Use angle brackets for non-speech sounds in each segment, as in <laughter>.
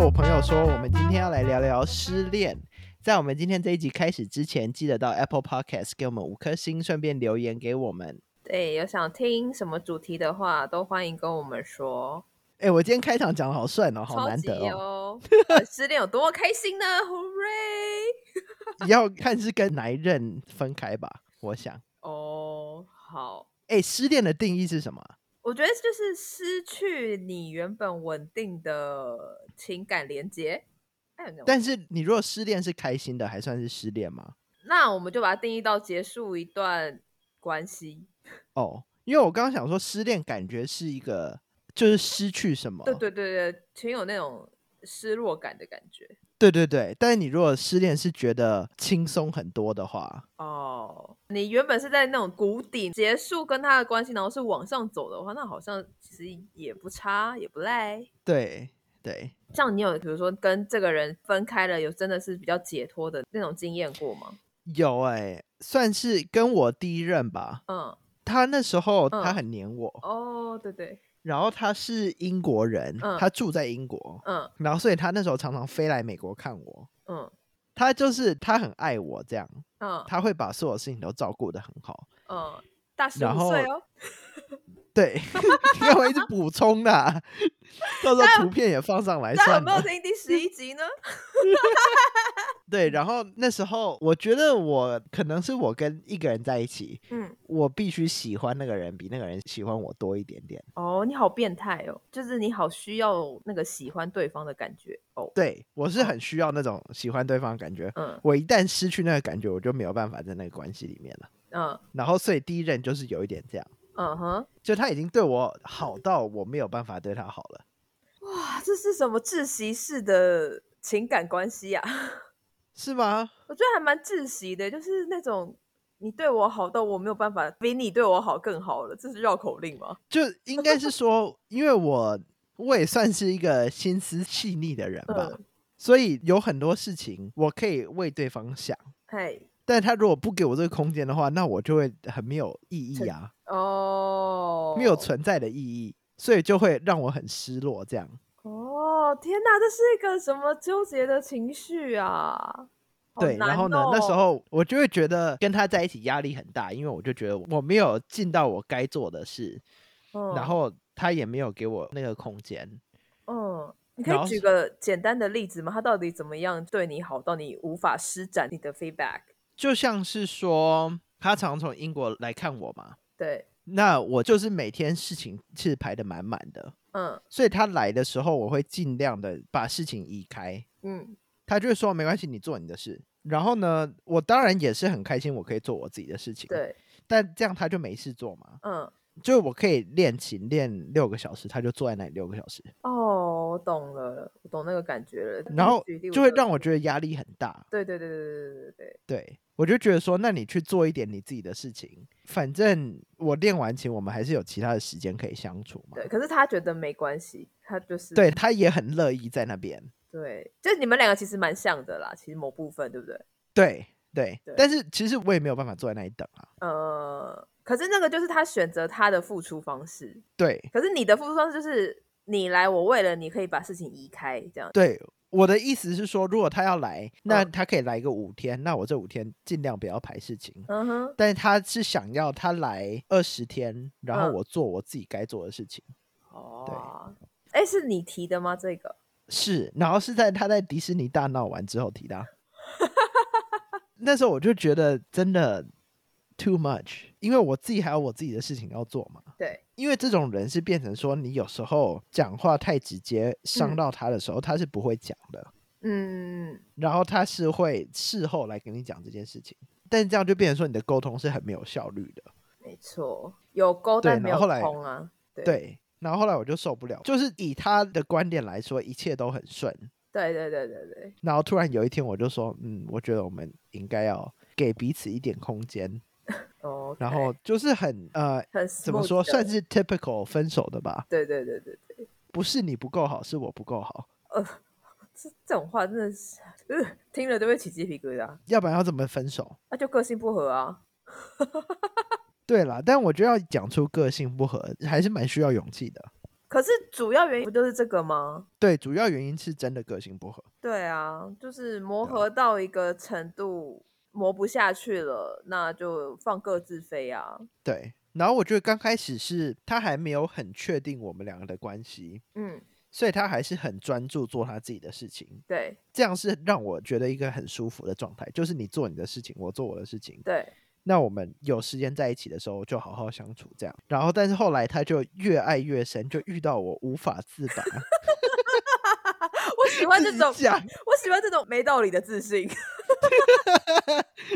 我朋友说，我们今天要来聊聊失恋。在我们今天这一集开始之前，记得到 Apple Podcast 给我们五颗星，顺便留言给我们。对，有想听什么主题的话，都欢迎跟我们说。哎、我今天开场讲的好顺哦，好超难级得哦。哦！ <laughs> 呃失恋有多开心呢？Hooray！要看是跟哪一任分开吧，我想。哦，好，哎、失恋的定义是什么啊？我觉得就是失去你原本稳定的情感连接。I 哎 don't know 但是你如果失恋是开心的，还算是失恋吗？那我们就把它定义到结束一段关系。哦，因为我刚刚想说，失恋感觉是一个就是失去什么，对对对对，挺有那种失落感的感觉。对对对但是你如果失恋是觉得轻松很多的话，哦，你原本是在那种谷底结束跟他的关系，然后是往上走的话，那好像其实也不差，也不赖。对对，像你有比如说跟这个人分开了，有真的是比较解脱的那种经验过吗？有哎、算是跟我第一任吧。嗯，他那时候他嗯很黏我，哦，对对，然后他是英国人，嗯他住在英国，嗯然后所以他那时候常常飞来美国看我。嗯他就是他很爱我，这样嗯他会把所有事情都照顾得很好。嗯，大十然五岁后哦，对， <laughs> 你看我一直补充的、啊，到时候图片也放上 <laughs> 来大家有算没有了。听第十一集呢？ <laughs> 对，然后那时候我觉得我可能是我跟一个人在一起，嗯，我必须喜欢那个人比那个人喜欢我多一点点。哦，你好变态哦，就是你好需要那个喜欢对方的感觉哦，对我是哦很需要那种喜欢对方的感觉，嗯我一旦失去那个感觉，我就没有办法在那个关系里面了。嗯然后，所以第一任就是有一点这样，嗯哼，就他已经对我好到我没有办法对他好了。哇，啊这是什么窒息式的情感关系呀、是吗？ <laughs> 我觉得还蛮窒息的，就是那种你对我好到我没有办法比你对我好更好了，这是绕口令吗？就应该是说，因为我我也算是一个心思细腻的人吧，嗯，所以有很多事情我可以为对方想，嗨，但他如果不给我这个空间的话，那我就会很没有意义存啊，哦，没有存在的意义，所以就会让我很失落。这样，哦，天哪，这是一个什么纠结的情绪啊？好对，然难后呢，那时哦候我就会觉得跟他在一起压力很大，因为我就觉得我没有尽到我该做的事，然嗯后他也没有给我那个空间。嗯，你可然后以举是个简单的例子吗？他到底怎么样对你好到你无法施展你的 feedback？就像是说，他常从英国来看我嘛，对，那我就是每天事情是排得满满的，嗯所以他来的时候，我会尽量的把事情移开。嗯他就会说没关系，你做你的事。然后呢，我当然也是很开心，我可以做我自己的事情。，对，但这样他就没事做嘛，嗯就是我可以练琴练六个小时，他就坐在那里六个小时，哦，我懂了，我懂那个感觉了。然后就会让我得，觉得压力很大。对对对对对对对对，对我就觉得说，那你去做一点你自己的事情，反正我练完琴，我们还是有其他的时间可以相处嘛。对，可是他觉得没关系，他就是对他也很乐意在那边。对，就是你们两个其实蛮像的啦，其实某部分对不对？对对对，但是其实我也没有办法坐在那里等啊。呃，可是那个就是他选择他的付出方式，对可是你的付出方式就是你来，我为了你可以把事情移开，这样对，我的意思是说，如果他要来，那嗯他可以来个五天，那我这五天尽量不要排事情。嗯哼，但是他是想要他来二十天，然后嗯我做我自己该做的事情。哦，哎，是你提的吗？这个是，然后是在他在迪士尼大闹完之后提的啊。那时候我就觉得真的 too much，因为我自己还有我自己的事情要做嘛。对，因为这种人是变成说，你有时候讲话太直接，伤嗯到他的时候，他是不会讲的，嗯，然后他是会事后来跟你讲这件事情，但是这样就变成说你的沟通是很没有效率的。没错，有勾对但没然有后后来通啊，对对，然后后来我就受不了，就是以他的观点来说，一切都很顺，对对对对对。然后突然有一天我就说，嗯，我觉得我们应该要给彼此一点空间，哦，然后就是很呃。很怎么 smooth 说的算是 typical 分手的吧？对对对对对，不是你不够好，是我不够好。这这种话真的是，呃、听了都会起鸡皮疙瘩。要不然要怎么分手？那、就个性不合啊，对啦，但我觉得要讲出个性不合还是蛮需要勇气的。可是主要原因不就是这个吗？对，主要原因是真的个性不合。对啊，就是磨合到一个程度，磨不下去了，那就放各自飞啊。对，然后我觉得刚开始是他还没有很确定我们两个的关系，嗯，所以他还是很专注做他自己的事情，对这样是让我觉得一个很舒服的状态，就是你做你的事情，我做我的事情，对，那我们有时间在一起的时候就好好相处这样。然后，但是后来他就越爱越深，就遇到我无法自 <laughs> 拔，我喜欢这自己种，讲我喜欢这种没道理的自信。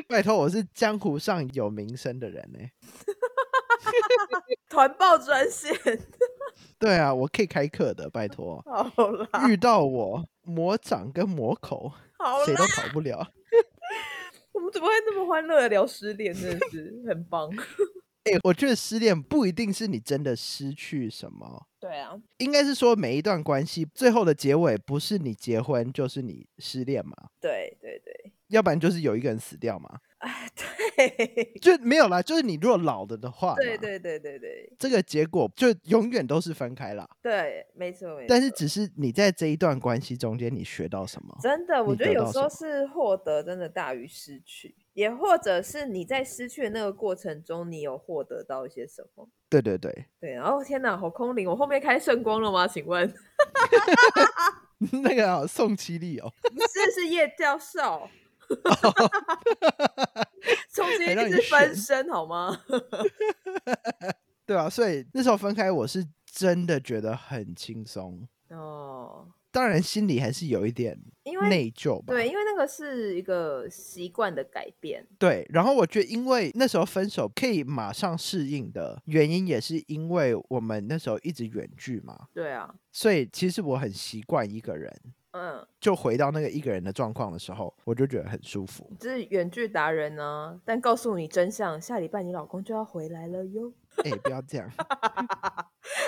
拜托，我是江湖上有名声的人呢、团报专 <laughs> 线，。对啊，我可以开课的，拜托好啦，遇到我魔掌跟魔口，啊好谁啦，都跑不了。我们怎么会那么欢乐地聊失恋？真的是很 <laughs> 棒。哎、我觉得失恋不一定是你真的失去什么，对啊，应该是说每一段关系最后的结尾不是你结婚就是你失恋嘛，对对对，要不然就是有一个人死掉嘛， <laughs> 哎， <laughs> 对，就没有啦。就是你如果老了的话，对，对对对对这个结果就永远都是分开啦。对，没错没错。但是只是你在这一段关系中间你学到什么，真的，我你觉得得到有时什么候是获得真的大于失去，也或者是你在失去的那个过程中，你有获得到一些什么。对对对， <laughs> 对，然、后天哪，好空灵！我后面开圣光了吗？<laughs> 请问那个啊、宋其力哦，不是是叶教授， <laughs> 重新还哎让一你直分选身好吗？对啊，所以那时候分开我是真的觉得很轻松，哦，当然心里还是有一点因为内疚吧。对，因为那个是一个习惯的改变，对，然后我觉得，因为那时候分手可以马上适应的原因，也是因为我们那时候一直远距嘛，对啊，所以其实我很习惯一个人。嗯，就回到那个一个人的状况的时候，我就觉得很舒 <laughs> 服。这是远距达人呢、但告诉你真相，下礼拜你老公就要回来了哟，哎、不要这样。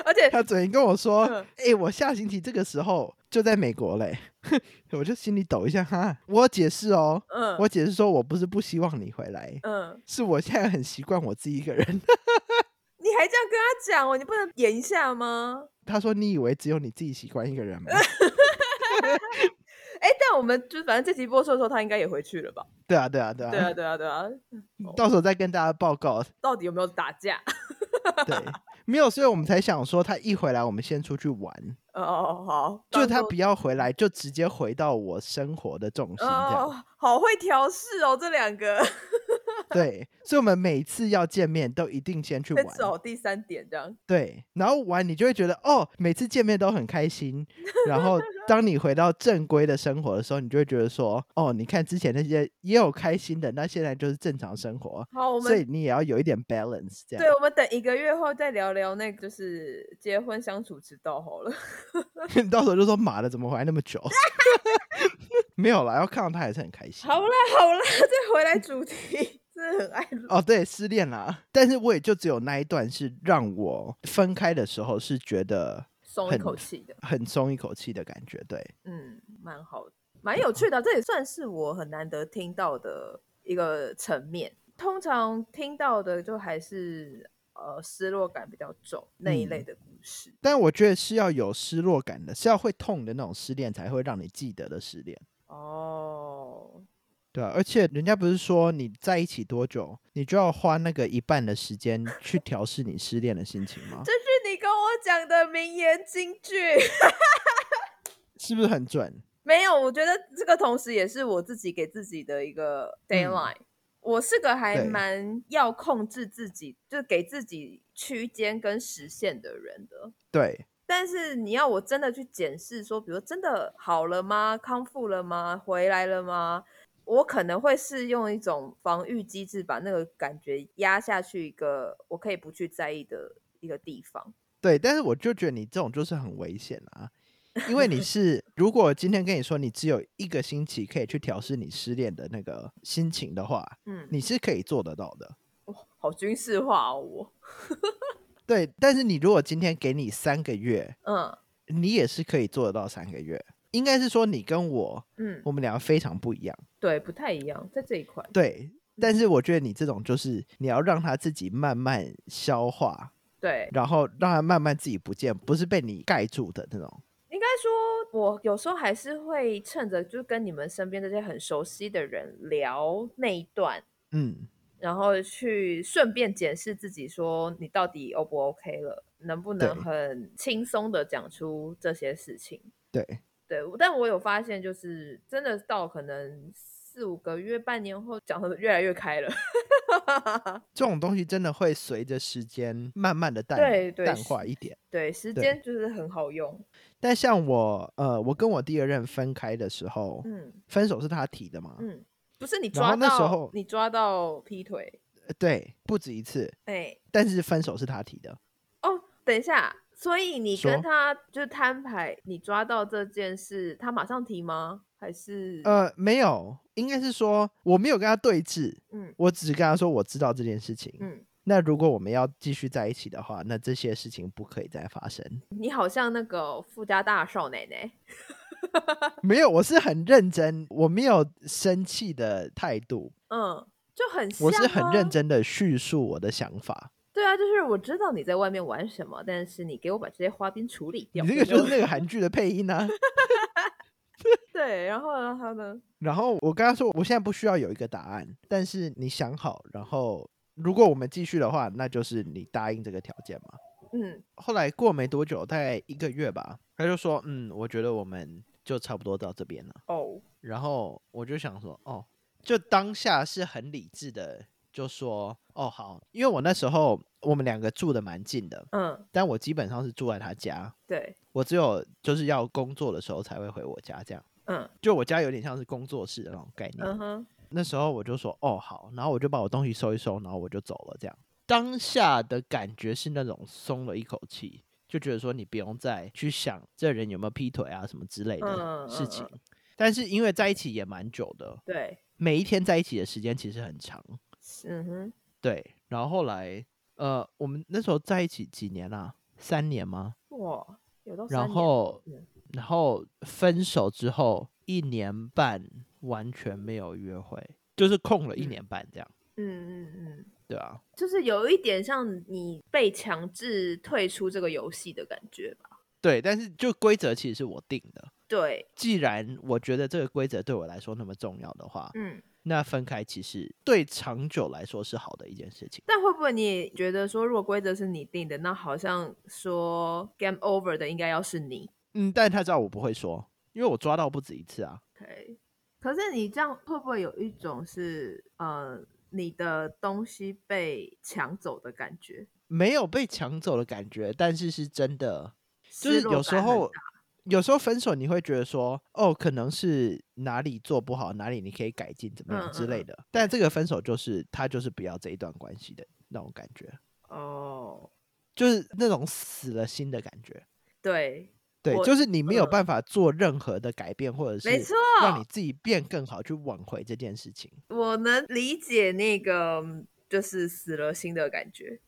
而且他昨天跟我说嗯：“哎、我下星期这个时候就在美国嘞。” <laughs> 我就心里抖一下哈。我有解释哦，嗯，我解释说我不是不希望你回来，嗯。是我现在很习惯我自己一个人。 <laughs> 你还这样跟他讲哦，你不能演一下吗？他说：“你以为只有你自己习惯一个人吗？” <laughs> 哎，但我们就反正这集播出的时候，他应该也回去了吧？对啊，对啊，对啊，对啊，对啊，对啊，到时候再跟大家报告。到底有没有打架？对， <laughs> 没有，所以我们才想说，他一回来，我们先出去玩，哦哦，好，就是当他作不要回来，就直接回到我生活的重心这样。哦，好会调试哦，这两个 <laughs> 对，所以我们每次要见面都一定先去在玩，走第三点这样。对，然后玩你就会觉得哦，每次见面都很开 <laughs> 心。然后当你回到正规的生活的时候，你就会觉得说，哦，你看之前那些也有开心的，那现在就是正常生活，好，我所以们你也要有一点 balance 这样。对，我们等一个月后再聊聊那个就是结婚相处之道好了。 <laughs> <laughs> 你到时候就说妈的，怎么回来那么久？ <laughs> 没有啦，要看到他还是很开心。好啦，好啦，再回来主题，真的很爱录。哦，对，失恋啦，但是我也就只有那一段是让我分开的时候是觉得松一很口气的，很松一口气的感觉。对，嗯，蛮好的，蛮有趣的。这也算是我很难得听到的一个层面。通常听到的就还是呃失落感比较重那一嗯类的故事。但我觉得是要有失落感的，是要会痛的那种失恋才会让你记得的失恋。哦，对啊，而且人家不是说你在一起多久，你就要花那个一半的时间去调试你失恋的心情吗这？是你跟我讲的名言金句。 <laughs> 是不是很准？没有，我觉得这个同时也是我自己给自己的一个 d a y l i n e 我是个还嗯对蛮要控制自己，就是给自己区间跟实现的人的。对，但是你要我真的去检视说，比如真的好了吗？康复了吗？回来了吗？我可能会是用一种防御机制，把那个感觉压下去一个我可以不去在意的一个地方。对，但是我就觉得你这种就是很危险啊，因为你是如果今天跟你说你只有一个星期可以去调试你失恋的那个心情的话，嗯，你是可以做得到的。好军事化哦，我。对，但是你如果今天给你三个月，嗯你也是可以做得到三个月。应该是说你跟我，嗯，我们两个非常不一样。对，不太一样，在这一块。对，但是我觉得你这种就是你要让他自己慢慢消化，对，然后让它慢慢自己不见，不是被你盖住的那种。应该说，我有时候还是会趁着就跟你们身边这些很熟悉的人聊那一段，嗯，然后去顺便检视自己，说你到底 O 不 OK 了，能不能对很轻松的讲出这些事情。对，对，但我有发现，就是真的到可能四五个月、半年后，讲的越来越开了。这种东西真的会随着时间慢慢的淡对对淡是化一点。对，时对间就是很好用。但像我，呃，我跟我第二任分开的时候，嗯分手是他提的嘛？嗯，不是你然后抓那时到候你抓到劈腿，呃对，不止一次，哎、但是分手是他提的。哦，等一下，所以你说跟他就摊牌，你抓到这件事，他马上提吗？还是呃，没有，应该是说我没有跟他对峙，嗯我只是跟他说我知道这件事情。嗯，那如果我们要继续在一起的话，那这些事情不可以再发生。你好像那个富家大少奶奶，没有，我是很认真，我没有生气的态度，嗯，就很、像我是很认啊。真的叙述我的想法。对啊，就是我知道你在外面玩什么，但是你给我把这些花边处理你掉。这个就是没有那个韩剧的配音啊。对，然后呢，他呢？然后我跟他说，我现在不需要有一个答案，但是你想好，然后如果我们继续的话，那就是你答应这个条件嘛。嗯，后来过没多久，大概一个月吧，他就说，嗯，我觉得我们就差不多到这边了。哦，然后我就想说，哦，就当下是很理智的，就说，哦好，因为我那时候我们两个住的蛮近的，嗯，但我基本上是住在他家，对，我只有就是要工作的时候才会回我家，这样，嗯就我家有点像是工作室的那种概念。嗯哼，那时候我就说，哦好，然后我就把我东西收一收，然后我就走了，这样。当下的感觉是那种松了一口气，就觉得说你不用再去想这人有没有劈腿啊什么之类的嗯事嗯情。嗯但是因为在一起也蛮久的，对，每一天在一起的时间其实很长，嗯哼，对。然后后来，呃，我们那时候在一起几年啊？三年吗？哇，有到然三年后嗯，然后分手之后一年半完全没有约会，就是空了一嗯年半这样，嗯嗯嗯。对啊，就是有一点像你被强制退出这个游戏的感觉吧？对。但是就规则其实是我定的，对，既然我觉得这个规则对我来说那么重要的话，嗯。那分开其实对长久来说是好的一件事情。但会不会你也觉得说，如果规则是你定的，那好像说 game over 的应该要是你嗯，但他知道我不会说，因为我抓到不止一次啊。 ，OK？可是你这样会不会有一种是呃，你的东西被抢走的感觉？没有被抢走的感觉，但是是真的，就失是落有时感很候大，有时候分手你会觉得说，哦，可能是哪里做不好，哪里你可以改进，怎么样嗯之类嗯嗯的。但这个分手就是他就是不要这一段关系的那种感觉，哦，就是那种死了心的感觉。对，对，我就是你没有嗯办法做任何的改变，或者没是错，让你自己变更好去挽回这件事情。我能理解那个嗯就是死了心的感觉。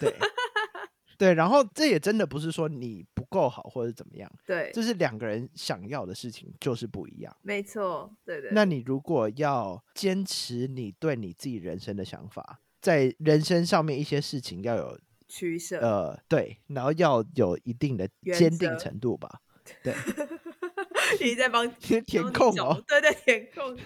对，对，然后这也真的不是说你不够好或者怎么样，对，这是两个人想要的事情就是不一样。没错，对对。那你如果要坚持你对你自己人生的想法，在人生上面一些事情要有取舍，呃对，然后要有一定的原坚定则程度吧。对， <laughs> 你在帮 <laughs> 填帮你空找哦，对对，填空。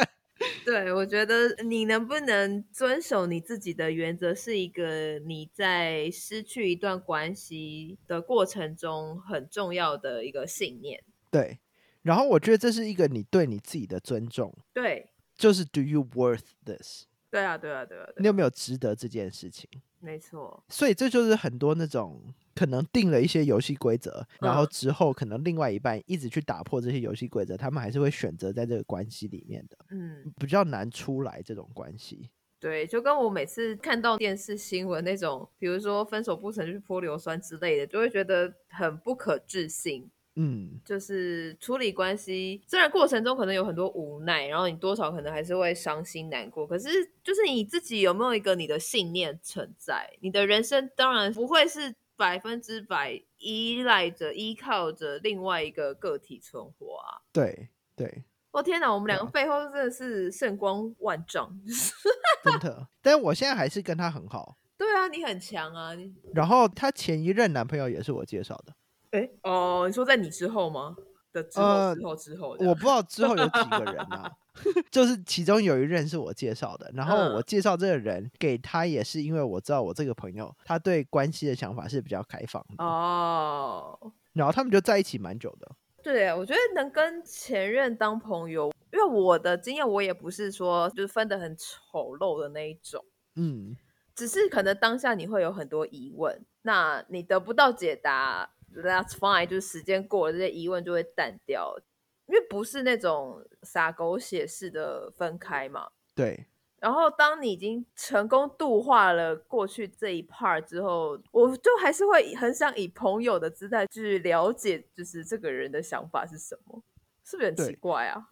<laughs> 对，我觉得你能不能遵守你自己的原则，是一个你在失去一段关系的过程中很重要的一个信念。对。然后我觉得这是一个你对你自己的尊重，对，就是 Do you worth this？对啊，对啊，对啊，对你有没有值得这件事情？没错，所以这就是很多那种可能定了一些游戏规则，然后嗯之后可能另外一半一直去打破这些游戏规则，他们还是会选择在这个关系里面的，嗯，比较难出来这种关系。对，就跟我每次看到电视新闻那种，比如说分手不成就泼硫酸之类的，就会觉得很不可置信。嗯，就是处理关系，虽然过程中可能有很多无奈，然后你多少可能还是会伤心难过，可是就是你自己有没有一个你的信念存在？你的人生当然不会是百分之百依赖着、依靠着另外一个个体存活啊！对对，我、天哪，我们两对个啊背后真的是圣光万丈，就是 <laughs> 真的。但我现在还是跟他很好，对啊，你很强啊，你然后她前一任男朋友也是我介绍的，哎哦，你说在你之后吗？的之后、呃之后之后这样，我不知道之后有几个人啊， <laughs> 就是其中有一任是我介绍的，然后嗯我介绍这个人给他也是因为我知道我这个朋友他对关系的想法是比较开放的，哦，然后他们就在一起蛮久的。对，我觉得能跟前任当朋友，因为我的经验，我也不是说就是分的很丑陋的那一种，嗯，只是可能当下你会有很多疑问，那你得不到解答，That's fine，就是时间过了，这些疑问就会淡掉，因为不是那种撒狗血式的分开嘛。对，然后，当你已经成功度化了过去这一 part 之后，我就还是会很想以朋友的姿态去了解，就是这个人的想法是什么，是不是很奇对怪啊？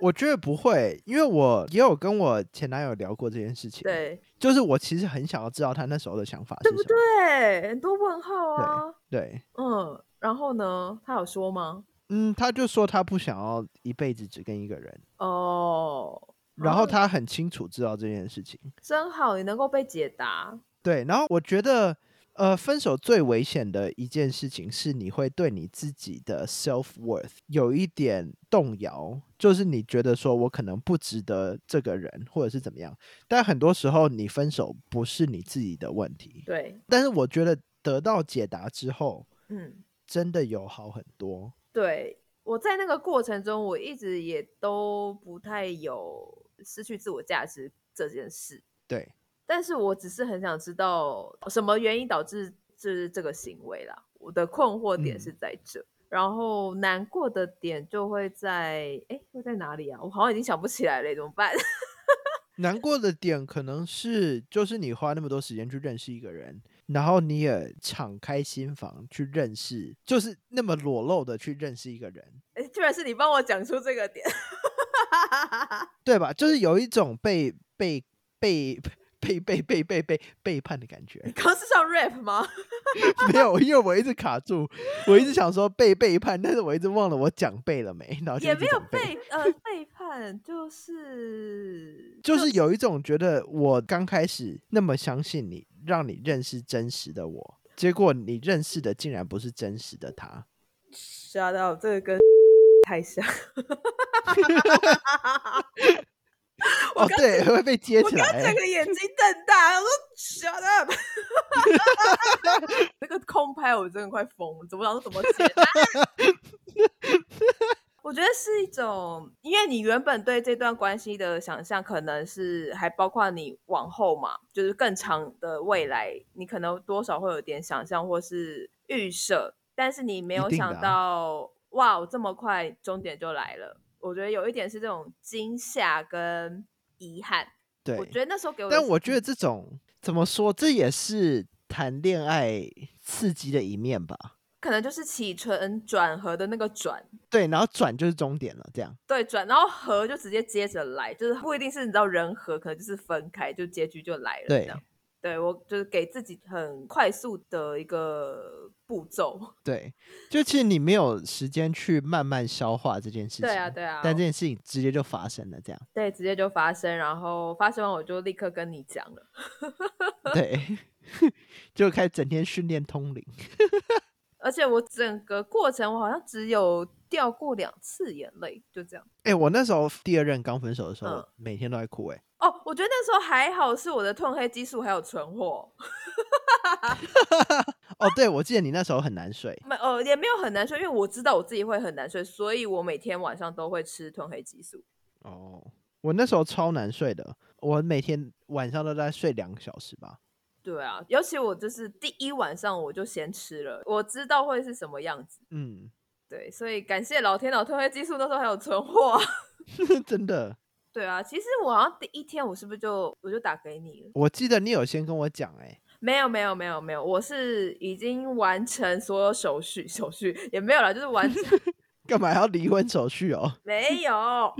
我觉得不会，因为我也有跟我前男友聊过这件事情。，对，就是我其实很想要知道他那时候的想法是对什么不。对？很多问号啊。对，嗯，然后呢？他有说吗？嗯，他就说他不想要一辈子只跟一个人，哦，然后啊他很清楚知道这件事情。真好，你能够被解答。对，然后我觉得，呃，分手最危险的一件事情是，你会对你自己的 self worth 有一点动摇，就是你觉得说我可能不值得这个人，或者是怎么样。但很多时候，你分手不是你自己的问题，对，但是我觉得得到解答之后，嗯，真的有好很多。对。我在那个过程中，我一直也都不太有失去自我价值这件事。对，但是我只是很想知道什么原因导致就是这个行为啦。我的困惑点嗯是在这，然后难过的点就会在哎会在哪里啊？我好像已经想不起来了，怎么办？ <laughs> 难过的点可能是，就是你花那么多时间去认识一个人，然后你也敞开心房去认识，就是那么裸露的去认识一个人，哎，居然是你帮我讲出这个点， <laughs> 对吧？就是有一种被被被被被被被被背叛的感觉。 <laughs> 刚是上 rap 吗？没有，因为我一直卡住，我一直想说被背叛，但是我一直忘了我讲背了没，然后啊就也一直没有讲背呃背叛，就是就是有一种觉得我刚开始那么相信你，让你认识真实的我，结果你认识的竟然不是真实的他。吓到 <laughs> 这个跟太像。 <laughs> 哦，刚对，会被接我起刚整来。个眼睛瞪大，我说 shut up。那个空拍我真的快疯了，怎么想说怎么解？啊我觉得是一种，因为你原本对这段关系的想象，可能是还包括你往后嘛，就是更长的未来，你可能多少会有点想象或是预设，但是你没有一定的啊想到，哇，这么快终点就来了。我觉得有一点是这种惊吓跟遗憾，对我，觉得那时候给我的是，但我觉得这种怎么说，这也是谈恋爱刺激的一面吧。可能就是起承转合的那个转，对，然后转就是终点了，这样。对转，然后合就直接接着来，就是不一定是你知道人和，可能就是分开，就结局就来了。这对样，对我就是给自己很快速的一个步骤。对，就其实你没有时间去慢慢消化这件事情。对啊，对啊，但这件事情直接就发生了，这 <laughs> 样。对直接就发生，然后发生完我就立刻跟你讲了。对， <laughs> 就开始整天训练通灵。而且我整个过程，我好像只有掉过两次眼泪，就这样。哎、我那时候第二任刚分手的时候，嗯每天都在哭、欸。哎，哦，我觉得那时候还好，是我的褪黑激素还有存货，哦，对，我记得你那时候很难睡。没呃也没有很难睡，因为我知道我自己会很难睡，所以我每天晚上都会吃褪黑激素。哦，我那时候超难睡的，我每天晚上都在睡两个小时吧。对啊，尤其我就是第一晚上我就先吃了，我知道会是什么样子。嗯，对，所以感谢老天老褪黑激素那时候还有存货 <laughs> 啊。 <laughs> 真的，对啊，其实我好像第一天我是不是就我就打给你了？我记得你有先跟我讲、欸， <laughs> 哎，没有没有没有没有，我是已经完成所有手续，手续也没有啦，就是完成干嘛要离婚手续哦？没有，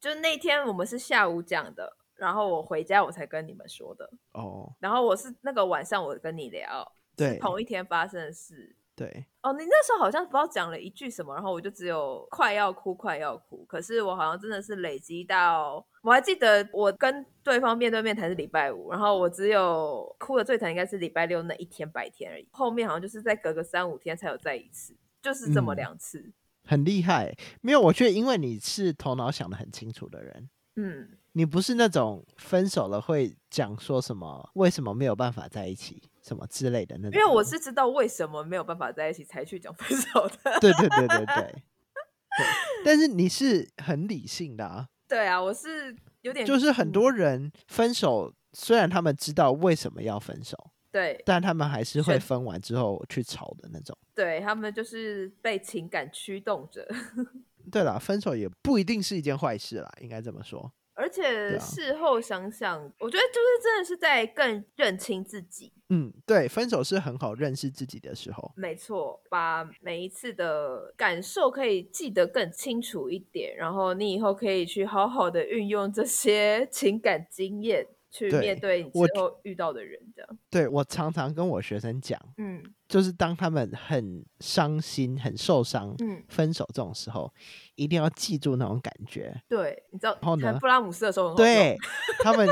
就那天我们是下午讲的，然后我回家我才跟你们说的，哦，然后我是那个晚上我跟你聊，对，同一天发生的事，对，哦，你那时候好像不知道讲了一句什么，然后我就只有快要哭，快要哭。可是我好像真的是累积到，我还记得我跟对方面对面谈是礼拜五，然后我只有哭的最惨应该是礼拜六那一天白天而已，后面好像就是再隔个三五天才有再一次，就是这么嗯两次。很厉害。没有，我觉得因为你是头脑想得很清楚的人，嗯，你不是那种分手了会讲说什么为什么没有办法在一起什么之类的那种人。因为我是知道为什么没有办法在一起才去讲分手的。 <laughs> 对对对对对对， <laughs> 但是你是很理性的啊，对啊，我是有点就是很嗯多人分手，虽然他们知道为什么要分手，对但他们还是会选分完之后去吵的那种。对，他们就是被情感驱动着。 <laughs> 对啦，分手也不一定是一件坏事啦，应该这么说。而且啊事后想想，我觉得就是真的是在更认清自己，嗯，对，分手是很好认识自己的时候。没错，把每一次的感受可以记得更清楚一点，然后你以后可以去好好的运用这些 <laughs> 情感经验去对面对你我之后遇到的人，这样，对我常常跟我学生讲，嗯就是当他们很伤心、很受伤、嗯，分手这种时候，一定要记住那种感觉。对，你知道，然后弹呢布拉姆斯的时候很好用对他们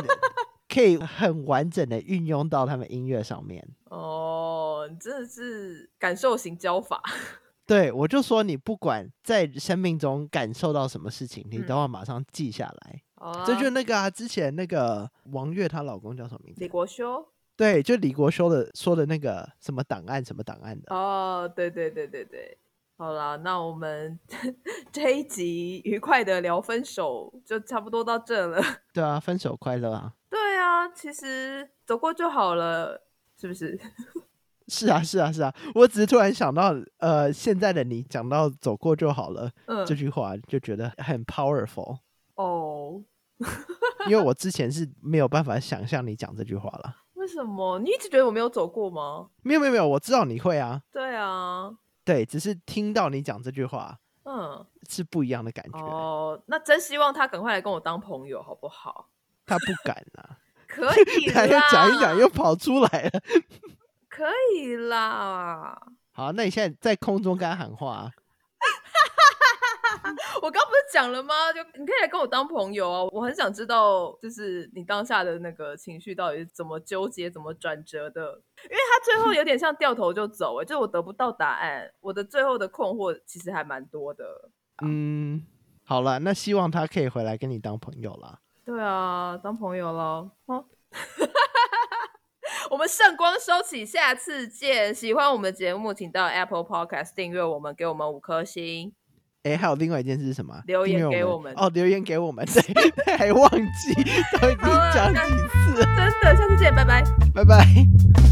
可以很完整的运用到他们音乐上面。哦，你真的是感受型教法，对，我就说你不管在生命中感受到什么事情，你嗯都要马上记下来。好啊这就是那个啊，之前那个王月她老公叫什么名李字？国修，对，就李国修的说的那个什么档案什么档案的。哦，对对对对对，好啦，那我们 <laughs> 这一集愉快的聊分手就差不多到这了。 <laughs> 对啊，分手快乐啊！对啊，其实走过就好了，是不是？是啊，是啊，是啊。我只是突然想到，呃，现在的你讲到走过就好了嗯这，句话，就觉得很 powerful，哦，因为我之前是没有办法想象你讲这句话了。为什么你一直觉得我没有走过吗？没有，没有，没有，我知道你会啊。对啊，对，只是听到你讲这句话嗯，是不一样的感觉。哦，那真希望他赶快来跟我当朋友，好不好？他不敢 <laughs> 啊， <laughs> 可以他又啦，讲一讲又跑出来了。可以啦。好，那你现在在空中跟他喊话、啊，我刚不是讲了吗？就你可以来跟我当朋友啊！我很想知道，就是你当下的那个情绪到底是怎么纠结、怎么转折的。因为他最后有点像掉头就走、欸，就是我得不到答案，我的最后的困惑其实还蛮多的。嗯，好了，那希望他可以回来跟你当朋友啦。对啊，当朋友喽。哦 <laughs> 我们圣光收起，下次见。喜欢我们的节目，请到 Apple Podcast 订阅我们，给我们五颗星。诶，还有另外一件事是什么？啊留订言阅给我我们哦，留言给我们，对， <laughs> 还忘记，到底好了啊讲几次了？真的，下次见，拜拜。拜拜。